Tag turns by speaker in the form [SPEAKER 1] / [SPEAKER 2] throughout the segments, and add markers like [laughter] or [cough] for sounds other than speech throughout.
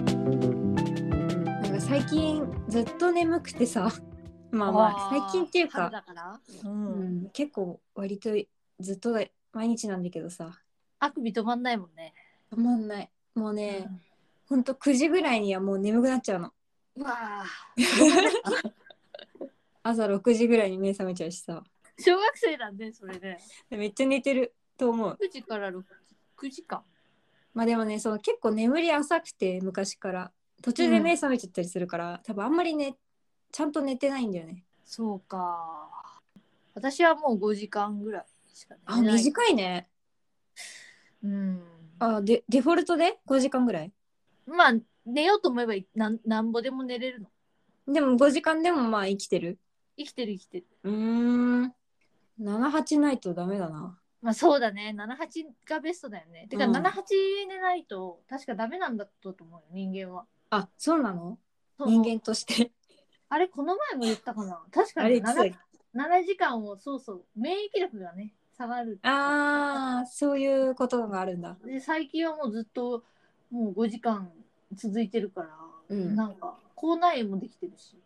[SPEAKER 1] なんか最近ずっと眠くてさ [laughs] まあまあ
[SPEAKER 2] ー
[SPEAKER 1] 最近っていうか
[SPEAKER 2] 春だから、
[SPEAKER 1] うん、結構割とずっとだ毎日なんだけどさ
[SPEAKER 2] あくび止まんないもんね。
[SPEAKER 1] 止まんないもうね、ほんと9時ぐらいにはもう眠くなっちゃう [laughs] の
[SPEAKER 2] うわあ、
[SPEAKER 1] 朝6時ぐらいに目覚めちゃうしさ
[SPEAKER 2] 小学生だね、それで。
[SPEAKER 1] めっちゃ寝てると思う
[SPEAKER 2] 9時から6時か。
[SPEAKER 1] まあでもねその結構眠り浅くて昔から途中で目覚めちゃったりするから、多分あんまりねちゃんと寝てないんだよね
[SPEAKER 2] そうか。私はもう5時間ぐらいしか
[SPEAKER 1] あ
[SPEAKER 2] 寝ない。
[SPEAKER 1] 短いね
[SPEAKER 2] うん。
[SPEAKER 1] あでデフォルトで5時間ぐらい
[SPEAKER 2] まあ、寝ようと思えばなんなんぼでも寝れるの。
[SPEAKER 1] でも5時間でもまあ生きてる
[SPEAKER 2] 生きてる生きてる。
[SPEAKER 1] うーん78ないとダメだな
[SPEAKER 2] まあそうだね。78がベストだよね。てか、
[SPEAKER 1] うん
[SPEAKER 2] 78寝ないと確かダメなんだったと思うよ、人間は。
[SPEAKER 1] あそうなの
[SPEAKER 2] そう
[SPEAKER 1] 人間として
[SPEAKER 2] あれ、この前も言ったかな。確か
[SPEAKER 1] あれ
[SPEAKER 2] に
[SPEAKER 1] いつだっけ
[SPEAKER 2] 7, 7時間を、そうそう、免疫力がね、下がる。
[SPEAKER 1] あーそういうことがあるんだ
[SPEAKER 2] で最近はもうずっともう5時間続いてるから、
[SPEAKER 1] うん
[SPEAKER 2] なんか口内炎もできてるし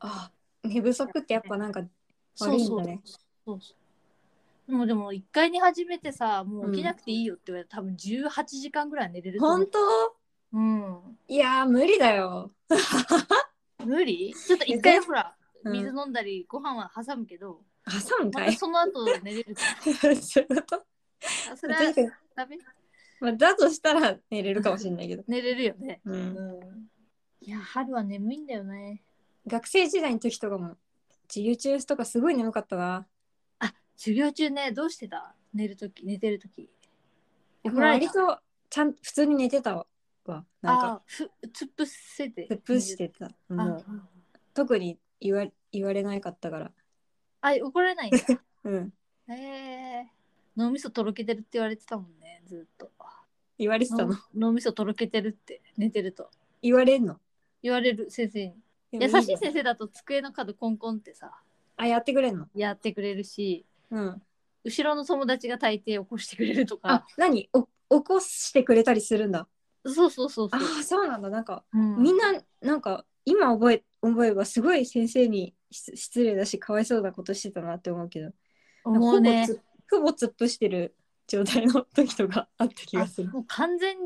[SPEAKER 1] あ寝不足ってやっぱなんか
[SPEAKER 2] そ
[SPEAKER 1] 悪
[SPEAKER 2] う
[SPEAKER 1] いん
[SPEAKER 2] そう
[SPEAKER 1] だね
[SPEAKER 2] そうそうでもでも1回に始めてさもう起きなくていいよって言われたら、多分18時間ぐらい寝れると思
[SPEAKER 1] 本
[SPEAKER 2] う
[SPEAKER 1] 当
[SPEAKER 2] うん
[SPEAKER 1] いやー無理だよ
[SPEAKER 2] 無理ちょっと1
[SPEAKER 1] え
[SPEAKER 2] 回
[SPEAKER 1] ぜ
[SPEAKER 2] ほら、
[SPEAKER 1] うん
[SPEAKER 2] 水飲んだりご飯は挟むけど
[SPEAKER 1] 挟む
[SPEAKER 2] ま
[SPEAKER 1] か
[SPEAKER 2] た
[SPEAKER 1] い
[SPEAKER 2] その後寝 [laughs] れるか
[SPEAKER 1] [laughs] そういうこと
[SPEAKER 2] らあそれは
[SPEAKER 1] 確かに
[SPEAKER 2] ダメ、
[SPEAKER 1] まあ、だとしたら寝れるかもしれないけど
[SPEAKER 2] 寝れるよね、
[SPEAKER 1] う、
[SPEAKER 2] うんん、いや春は眠いんだよね
[SPEAKER 1] 学生時代の時とかも自由中とかすごい眠かったな
[SPEAKER 2] あ授業中ねどうしてた寝るとき寝てるとき
[SPEAKER 1] もう
[SPEAKER 2] 怒ら
[SPEAKER 1] 割
[SPEAKER 2] れた
[SPEAKER 1] とちゃん普通に寝てたわなんか
[SPEAKER 2] あふ突っ伏せて
[SPEAKER 1] 突っ伏してた
[SPEAKER 2] あ
[SPEAKER 1] もう特に言わ言われなかったから
[SPEAKER 2] あ怒られないんだ
[SPEAKER 1] うん
[SPEAKER 2] へえ脳みそとろけてるって言われてたもんねずっと
[SPEAKER 1] 言われてたの
[SPEAKER 2] 脳脳みそとろけてるって寝てると
[SPEAKER 1] 言われんの
[SPEAKER 2] 言われる先生に
[SPEAKER 1] でも
[SPEAKER 2] 優
[SPEAKER 1] いいじゃん
[SPEAKER 2] しい先生だと机の角コンコンってさ
[SPEAKER 1] あやってくれんの
[SPEAKER 2] やってくれるし
[SPEAKER 1] うん
[SPEAKER 2] 後ろの友達が大抵起こしてくれると
[SPEAKER 1] あ
[SPEAKER 2] か
[SPEAKER 1] 何お起こしてくれたりするんだ
[SPEAKER 2] そうそうそう
[SPEAKER 1] あ
[SPEAKER 2] そう、
[SPEAKER 1] ーそうなんだなんか、
[SPEAKER 2] う
[SPEAKER 1] みんななんか今覚え思えばすごい先生に失失礼だしかわいそうなことしてたなって思うけど
[SPEAKER 2] もうね
[SPEAKER 1] ほぼつほぼ突っ伏してる状態の時とかあった気がする [laughs]
[SPEAKER 2] あ。もう完全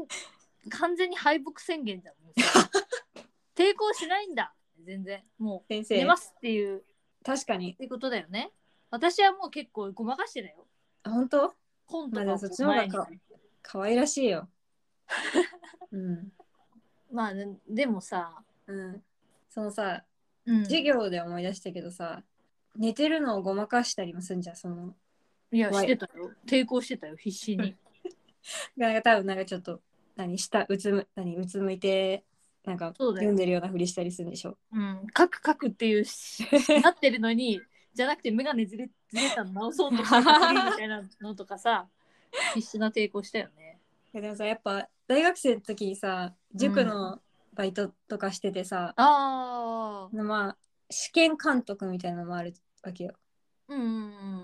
[SPEAKER 2] 完全に敗北宣言じゃんもうさ
[SPEAKER 1] [laughs]
[SPEAKER 2] 抵抗しないんだ全然も
[SPEAKER 1] 先
[SPEAKER 2] う寝
[SPEAKER 1] 生
[SPEAKER 2] ますっていうっ
[SPEAKER 1] 確かに
[SPEAKER 2] てことだよね私はもう結構ごまかしてだよ
[SPEAKER 1] あ本当
[SPEAKER 2] 本と
[SPEAKER 1] まあで
[SPEAKER 2] か
[SPEAKER 1] も
[SPEAKER 2] を
[SPEAKER 1] そっちの方が
[SPEAKER 2] 前
[SPEAKER 1] か
[SPEAKER 2] に
[SPEAKER 1] 可愛らしい [laughs] よ。うん
[SPEAKER 2] まあねでもさ、
[SPEAKER 1] うん、そのさ
[SPEAKER 2] うん、
[SPEAKER 1] 授業で思い出したけどさ、寝てるのをごまかしたりもするんじゃんその
[SPEAKER 2] いや
[SPEAKER 1] は
[SPEAKER 2] し
[SPEAKER 1] い
[SPEAKER 2] てたよ抵抗してたよ必死に
[SPEAKER 1] なんか多分なんかちょっと何下うつむ何うつむいてなんか
[SPEAKER 2] そうだよ
[SPEAKER 1] 読んでるようなふりしたりするんでしょ。
[SPEAKER 2] うんカクカクって
[SPEAKER 1] [laughs]
[SPEAKER 2] いうしなってるのにじゃなくて眼鏡ずれずれたの直そうとしてるみたいなのとかさ必死な抵抗したよね
[SPEAKER 1] いやでもさやっぱ大学生の時にさ塾のバイトとかしててさ、
[SPEAKER 2] ああ
[SPEAKER 1] ま [laughs] あ試験監督みたいなのもあるわけよ。
[SPEAKER 2] うんう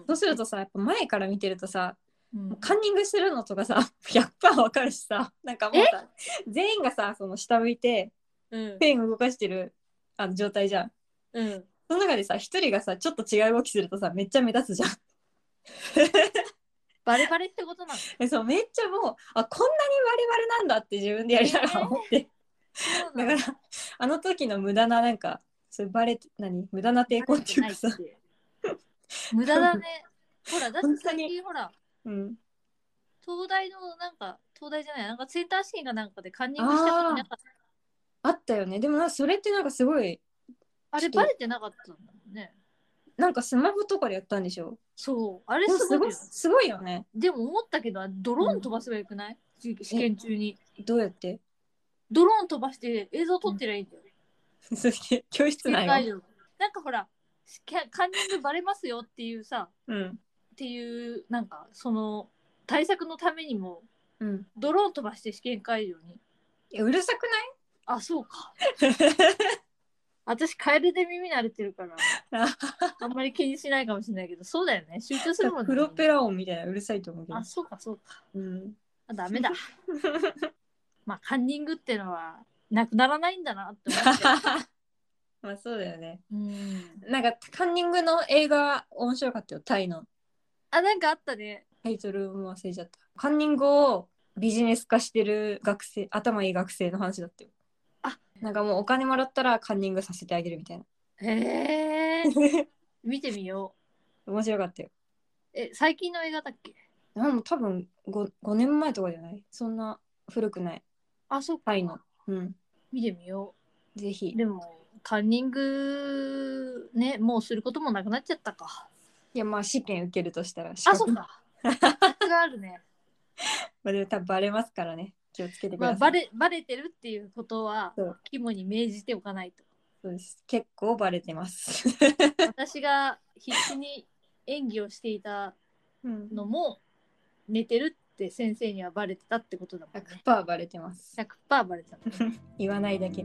[SPEAKER 2] ん
[SPEAKER 1] そうするとさやっぱ前から見てるとさ
[SPEAKER 2] うん
[SPEAKER 1] カンニングするのとかさ [laughs] 100%わかるしさなんかもうさ全員がさその下向いて
[SPEAKER 2] うん
[SPEAKER 1] ペン動かしてるあの状態じゃん。
[SPEAKER 2] うん
[SPEAKER 1] その中でさ一人がさちょっと違う動きするとさめっちゃ目立つじゃん。 [laughs]
[SPEAKER 2] バレバレってことなの
[SPEAKER 1] えそうめっちゃもうあこんなに我々なんだって自分でやりながら思って、
[SPEAKER 2] そう
[SPEAKER 1] だからあの時の無駄ななんかそれバレて何無駄な抵抗っていうかさ、
[SPEAKER 2] 無駄だねほらだって
[SPEAKER 1] 本当
[SPEAKER 2] 最
[SPEAKER 1] に
[SPEAKER 2] 近ほら
[SPEAKER 1] うん、
[SPEAKER 2] 東大のなんか東大じゃないなんかセンター試験がなんかでカンニングした時なんか
[SPEAKER 1] あったよねでもなんかそれってなんかすごい
[SPEAKER 2] あれバレてなかったんだもんね
[SPEAKER 1] なんかスマホとかでやったんでしょ
[SPEAKER 2] そうあれ
[SPEAKER 1] でも
[SPEAKER 2] す
[SPEAKER 1] す
[SPEAKER 2] ご
[SPEAKER 1] ご
[SPEAKER 2] い
[SPEAKER 1] い
[SPEAKER 2] よ
[SPEAKER 1] すごいよね。
[SPEAKER 2] でも思ったけどドローン飛ばせばよくない、試験中に
[SPEAKER 1] どうやって
[SPEAKER 2] ドローン飛ばして映像撮ってりゃいいんだよ、
[SPEAKER 1] そして教室
[SPEAKER 2] 試験
[SPEAKER 1] 内
[SPEAKER 2] 会
[SPEAKER 1] を。
[SPEAKER 2] 場なんかほら試験カンニングバレますよっていうさ
[SPEAKER 1] うん。
[SPEAKER 2] っていうなんかその対策のためにも
[SPEAKER 1] うん。
[SPEAKER 2] ドローン飛ばして試験会場に
[SPEAKER 1] いやうるさく
[SPEAKER 2] あそうか
[SPEAKER 1] ない？
[SPEAKER 2] 私カエルで耳慣れてる
[SPEAKER 1] [laughs]
[SPEAKER 2] からあんまり気にしないかもしれないけどそうだよね集中するもん
[SPEAKER 1] [laughs]
[SPEAKER 2] ね
[SPEAKER 1] プロペラ音みたいなうるさいと思うけど
[SPEAKER 2] あ。そうかそうか
[SPEAKER 1] うん。
[SPEAKER 2] あダメだ [laughs] まあカンニングってのはなくならないんだなっ
[SPEAKER 1] [laughs]
[SPEAKER 2] て思って
[SPEAKER 1] まあそうだよね。
[SPEAKER 2] うん
[SPEAKER 1] なんかカンニングの映画面白かったよ、タイの。
[SPEAKER 2] あなんかあったね
[SPEAKER 1] タイトルも忘れちゃった。カンニングをビジネス化してる学生、頭いい学生の話だったよ。
[SPEAKER 2] あ
[SPEAKER 1] なんかもうお金もらったらカンニングさせてあげるみたい
[SPEAKER 2] [laughs]
[SPEAKER 1] な。
[SPEAKER 2] へえ見てみよう
[SPEAKER 1] 面白かったよ。
[SPEAKER 2] え最近の映画だっけ
[SPEAKER 1] でも多分 5, 5年前とかじゃないそんな古くない。
[SPEAKER 2] あそうか
[SPEAKER 1] タイの。うん。
[SPEAKER 2] 見てみよ
[SPEAKER 1] ぜ
[SPEAKER 2] う
[SPEAKER 1] ひ。
[SPEAKER 2] でもカンニングねもうすることもなくなっちゃったか
[SPEAKER 1] いやまあ試験受けるとしたら。
[SPEAKER 2] あそう。か資格があるね
[SPEAKER 1] まあでも多分バレますからね。気をつけてくだ
[SPEAKER 2] ま
[SPEAKER 1] さ
[SPEAKER 2] あ、
[SPEAKER 1] い。
[SPEAKER 2] バレバレてるっていうことは
[SPEAKER 1] そう
[SPEAKER 2] 肝に銘じておかないと
[SPEAKER 1] そうです。結構バレて
[SPEAKER 2] [laughs]
[SPEAKER 1] ます。 [laughs]
[SPEAKER 2] 私が必死に演技をしていた
[SPEAKER 1] うん
[SPEAKER 2] のも寝てるって先生にはバレてたってことだもんね
[SPEAKER 1] 100%バレてます。
[SPEAKER 2] 100%バレてたもんね
[SPEAKER 1] 言わないだけ。